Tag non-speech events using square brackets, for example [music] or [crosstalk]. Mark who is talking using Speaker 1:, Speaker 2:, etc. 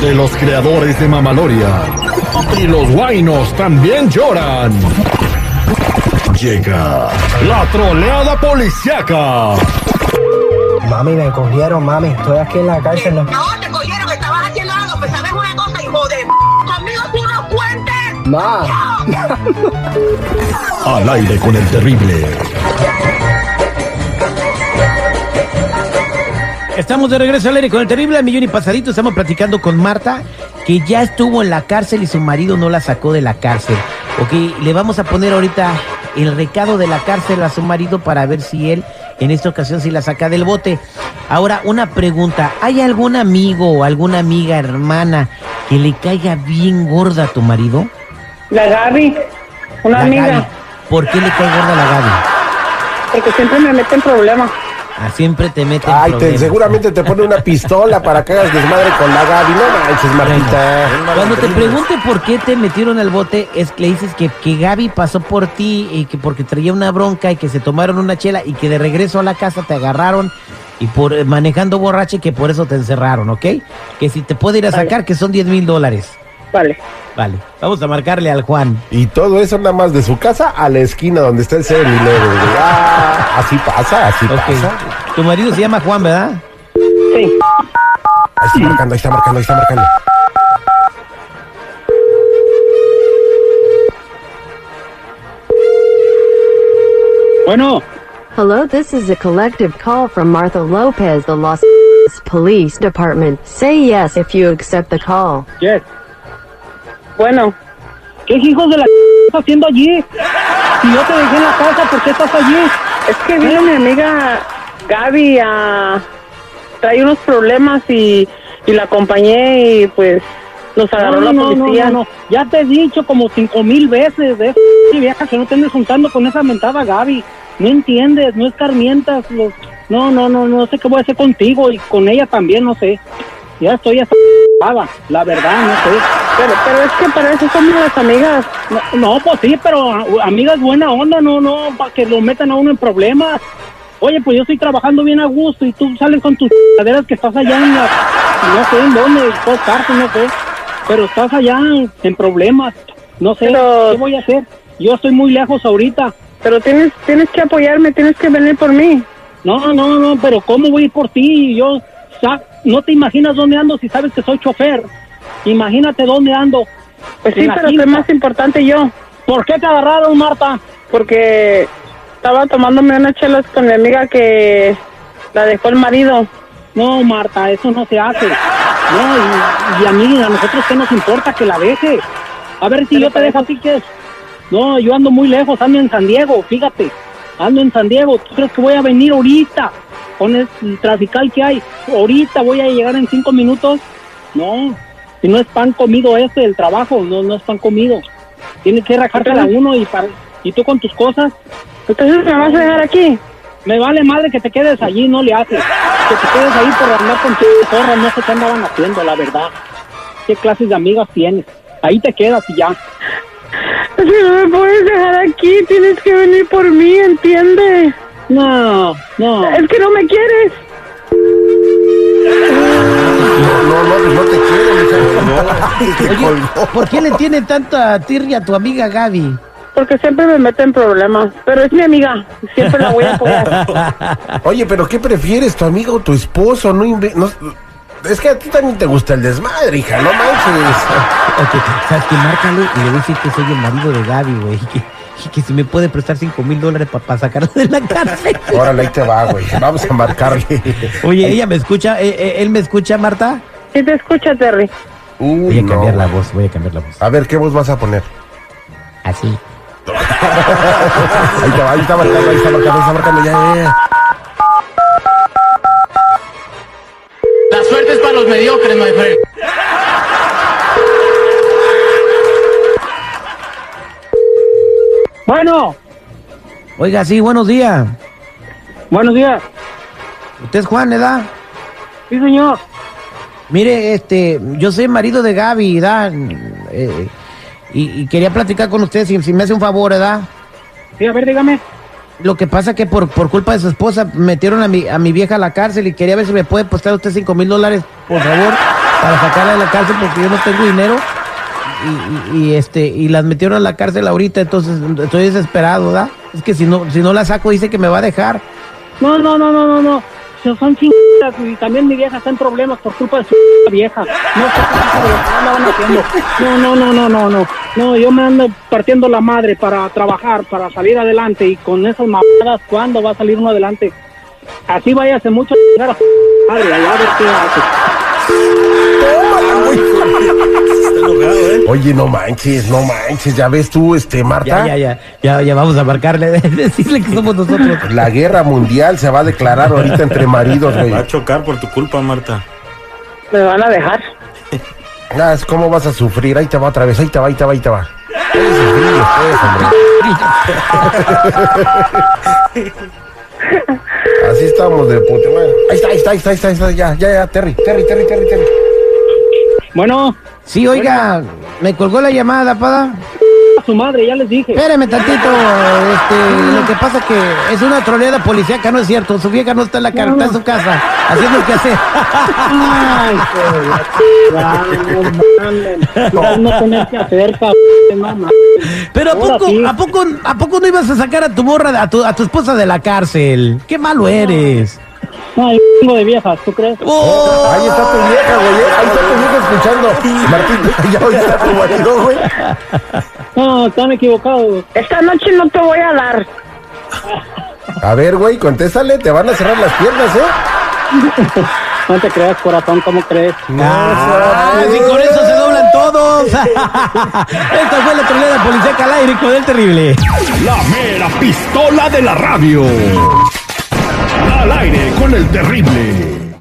Speaker 1: que los creadores de Mamaloria y los guainos también lloran. Llega la troleada policiaca.
Speaker 2: Mami, me cogieron, mami. Estoy aquí en la cárcel. No,
Speaker 3: No, te cogieron, que estabas haciendo algo, pues sabes una cosa, hijo de p***, conmigo tú no cuentes.
Speaker 2: Ma.
Speaker 1: Al aire con el terrible.
Speaker 4: Estamos de regreso al aire con el terrible al millón y pasadito. Estamos platicando con Marta, que ya estuvo en la cárcel y su marido no la sacó de la cárcel. Ok, le vamos a poner ahorita el recado de la cárcel a su marido para ver si él, en esta ocasión, si la saca del bote. Ahora, una pregunta. ¿Hay algún amigo o alguna amiga, hermana, que le caiga bien gorda a tu marido?
Speaker 5: La Gaby, una
Speaker 4: La
Speaker 5: amiga,
Speaker 4: Gaby. ¿Por qué le cae gorda la Gaby?
Speaker 5: porque siempre me mete en problemas.
Speaker 4: Ah, siempre te mete en
Speaker 6: Ay, te-
Speaker 4: problemas.
Speaker 6: seguramente te pone una pistola para que hagas desmadre con la Gaby. No manches, Martita.
Speaker 4: Cuando te pregunte por qué te metieron al bote, es que le dices que, que Gaby pasó por ti y que porque traía una bronca y que se tomaron una chela y que de regreso a la casa te agarraron y por eh, manejando borracho y que por eso te encerraron, ¿ok? Que si te puede ir a sacar, que son 10 mil dólares.
Speaker 5: Vale.
Speaker 4: Vale, vamos a marcarle al Juan.
Speaker 6: Y todo eso nada más de su casa a la esquina donde está el 7 Ah, así pasa, así
Speaker 4: Ok.
Speaker 6: pasa.
Speaker 4: Tu marido se llama Juan, ¿verdad?
Speaker 5: Sí.
Speaker 6: Ahí está marcando, ahí está marcando, ahí está marcando.
Speaker 5: Bueno,
Speaker 7: Hello, this is a collective call from Martha Lopez, the Los Police Department. Say yes if you accept the call.
Speaker 5: yes. Bueno. ¿Qué hijos de la estás haciendo allí? Si yo te dejé en la casa, ¿por qué estás allí? Es que vino mi amiga Gaby a... Trae unos problemas y, y la acompañé y pues nos agarró la policía. Ya te he dicho como cinco mil veces de vieja que no te andes juntando con esa mentada Gaby. No entiendes, no escarmientas. Los... No, no, no, no sé qué voy a hacer contigo y con ella también, no sé. Ya estoy hasta [laughs] la verdad, no sé. Pero, pero es que para eso somos las amigas. No, no, pues sí, pero ah, amigas buena onda, no, no, para que lo metan a uno en problemas. Oye, pues yo estoy trabajando bien a gusto y tú sales con tus caderas que estás allá en la... No sé en dónde, pues parte, no sé. Pero estás allá en, en problemas. No sé, ¿qué voy a hacer? Yo estoy muy lejos ahorita.
Speaker 8: Pero tienes, tienes que apoyarme, tienes que venir por mí.
Speaker 5: No, no, no, pero ¿cómo voy a ir por ti? Yo, sa- no te imaginas dónde ando si sabes que soy chofer. Imagínate dónde ando.
Speaker 8: Pues sí,
Speaker 5: En la
Speaker 8: pero soy
Speaker 5: quinta.
Speaker 8: más importante yo,
Speaker 5: ¿Por qué te agarraron, Marta?
Speaker 8: porque estaba tomándome unas chelas con mi amiga que la dejó el marido.
Speaker 5: No, Marta, eso no se hace. No, y, y a mí, a nosotros, ¿qué nos importa que la deje? A ver si
Speaker 8: Pero
Speaker 5: yo te
Speaker 8: para
Speaker 5: dejo así que es. No, yo ando muy lejos, ando en San Diego, fíjate. Ando en San Diego. ¿Tú crees que voy a venir ahorita con el trafical que hay? Ahorita voy a llegar en cinco minutos. No, si no es pan comido ese, el trabajo, no, no es pan comido. Tiene que rajársela
Speaker 8: Entonces-
Speaker 5: uno y, para, y tú con tus cosas.
Speaker 8: Entonces me vas a dejar aquí.
Speaker 5: Me vale madre que te quedes allí, no le haces. Que te quedes ahí por andar con tus zorras, no sé qué andaban haciendo, la verdad. ¿Qué clases de amigas tienes? Ahí te quedas y ya.
Speaker 8: Es que no me puedes dejar aquí, tienes que venir por mí, ¿entiende?
Speaker 5: No, no.
Speaker 8: Es que no me quieres.
Speaker 6: No, no, no, pues no te quiero, mija. Ay, te colgó.
Speaker 4: ¿Por qué le tiene tanta tirria a tu amiga Gaby?
Speaker 8: Porque siempre me mete en problemas. Pero es mi amiga, siempre la voy a apoyar.
Speaker 6: Oye, pero ¿qué prefieres, tu amigo o tu esposo? No, inve- no- Es que a ti también te gusta el desmadre, hija, no manches.
Speaker 4: Ok, sabes que márcale y le voy a decir que soy el marido de Gaby, güey. y que- y que si me puede prestar 5 mil dólares para sacarla de la cárcel.
Speaker 6: [laughs] Órale, ahí te va, güey. Vamos a [laughs] marcarle.
Speaker 4: Oye, ella me escucha, eh, eh, él me escucha, Marta.
Speaker 8: Si te escucha, Terry.
Speaker 6: Uy,
Speaker 4: Voy a
Speaker 6: no,
Speaker 4: cambiar la
Speaker 6: güey.
Speaker 4: voz, voy a cambiar la voz.
Speaker 6: A ver, ¿qué voz vas a poner?
Speaker 4: Así.
Speaker 6: Ahí te va, ahí está marcando, ahí está marcando, ahí está marcando, ya, ya, ya.
Speaker 9: La suerte es para los mediocres, my friend.
Speaker 5: Bueno,
Speaker 4: Oiga, sí, buenos días.
Speaker 5: buenos días.
Speaker 4: Usted es Juan, ¿verdad?
Speaker 5: Sí, señor.
Speaker 4: Mire, este, yo soy marido de Gaby, ¿verdad? Eh, y, y quería platicar con usted si, si me hace un favor, ¿verdad?
Speaker 5: Sí, a ver, dígame.
Speaker 4: Lo que pasa que por, por culpa de su esposa metieron a mi, a mi vieja a la cárcel y quería ver si me puede prestar usted 5 mil dólares, por favor. para sacarla de la cárcel porque yo no tengo dinero. Y, y- y, este y las metieron a la cárcel ahorita, entonces estoy desesperado, ¿da? Es que si no si no la saco dice que me va a dejar.
Speaker 5: No, no, no, no, no, no. So- Son chingadas y también mi vieja está en problemas por culpa de su vieja. No sé qué de lo que andaban haciendo. No, no, no, no, no, no. No, yo me ando partiendo la madre para trabajar, para salir adelante y con esas mamadas, ¿cuándo va a salir uno adelante? Así váyase mucho a chingar a su madre, allá a ver qué hace.
Speaker 6: Oye, no manches, no manches, ya ves tú, este, Marta.
Speaker 4: Ya, ya, ya, ya, ya vamos a marcarle, [laughs] decirle que somos nosotros.
Speaker 6: La guerra mundial se va a declarar ahorita entre maridos, [laughs] güey.
Speaker 10: Va a chocar por tu culpa, Marta.
Speaker 8: Me van a dejar.
Speaker 6: Ah, es ¿Cómo vas a sufrir? Ahí te va otra vez, ahí te va, ahí te va, ahí te va. Puedes sufrir después, hombre. [laughs] Así estamos de puta madre. Ahí está, ahí está, ahí está, ahí está, ahí está, ya, ya, ya, Terry, Terry, Terry, Terry, Terry.
Speaker 5: Bueno,
Speaker 4: Sí, oiga, me colgó la llamada, pada.
Speaker 5: a su madre, ya les dije.
Speaker 8: Eh.
Speaker 4: Espéreme tantito, este, lo que pasa que es una troleada policíaca, no es cierto, su vieja no está en la carta, está en su casa, haciendo el que hacer.
Speaker 5: Ay, hijo de la chingada, no mames. No tener que hacer, cabrón, no mames.
Speaker 4: Pero ¿a
Speaker 5: Ahora
Speaker 4: poco,
Speaker 5: sí.
Speaker 4: a poco, a poco no ibas a sacar a tu morra, a tu, a tu esposa de la cárcel? ¡Qué malo eres!
Speaker 5: No, yo tengo de viejas, ¿tú crees?
Speaker 4: ¡Oh!
Speaker 6: Ahí está tu vieja, güey, eh, ahí está tu vieja escuchando. Martín, [laughs] ya oíste a tu marido, güey.
Speaker 5: No, están equivocados.
Speaker 8: Esta noche no te voy a dar.
Speaker 6: A ver, güey, contéstale, te van a cerrar las piernas, ¿eh?
Speaker 5: No te creas, corazón, ¿cómo crees?
Speaker 4: Ah,
Speaker 6: Martín.
Speaker 4: sí, con eso se doblan todos. [laughs] Esta fue la troleada policíaca al aire con el terrible.
Speaker 1: La mera pistola de la radio. Al aire con el terrible.